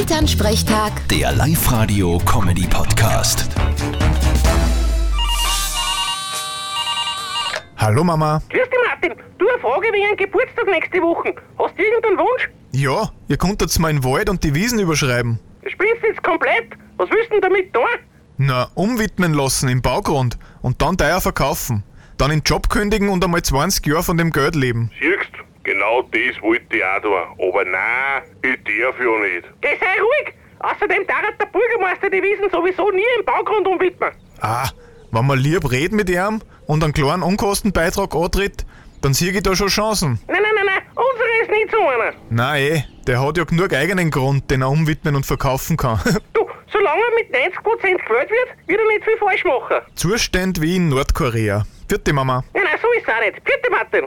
Elternsprechtag, Der Live-Radio-Comedy-Podcast. Hallo Mama. Grüß dich, Martin. Du, eine Frage wegen Geburtstag nächste Woche. Hast du irgendeinen Wunsch? Ja, ihr konntet mal den Wald und die Wiesen überschreiben. Spinnst du jetzt komplett? Was willst du denn damit da? Na, umwidmen lassen im Baugrund und dann teuer verkaufen. Dann den Job kündigen und einmal 20 Jahre von dem Geld leben. Siehst, genau das wollte ich auch tun. Aber nein, ich darf ja nicht. Geh, sei ruhig. Außerdem darf der Bürgermeister die Wiesen sowieso nie im Baugrund umwidmen. Ah, wenn man lieb redet mit ihm und einen kleinen Unkostenbeitrag antritt, dann sehe ich da schon Chancen. Nein, nein, nein, nein. Unsere ist nicht so einer. Nein, eh, der hat ja genug eigenen Grund, den er umwidmen und verkaufen kann. Du, solange er mit 90% gewählt wird, wird er nicht viel falsch machen. Zustand wie in Nordkorea. Vierte Mama. Nein, nein, so ist es auch nicht. Bitte, Martin.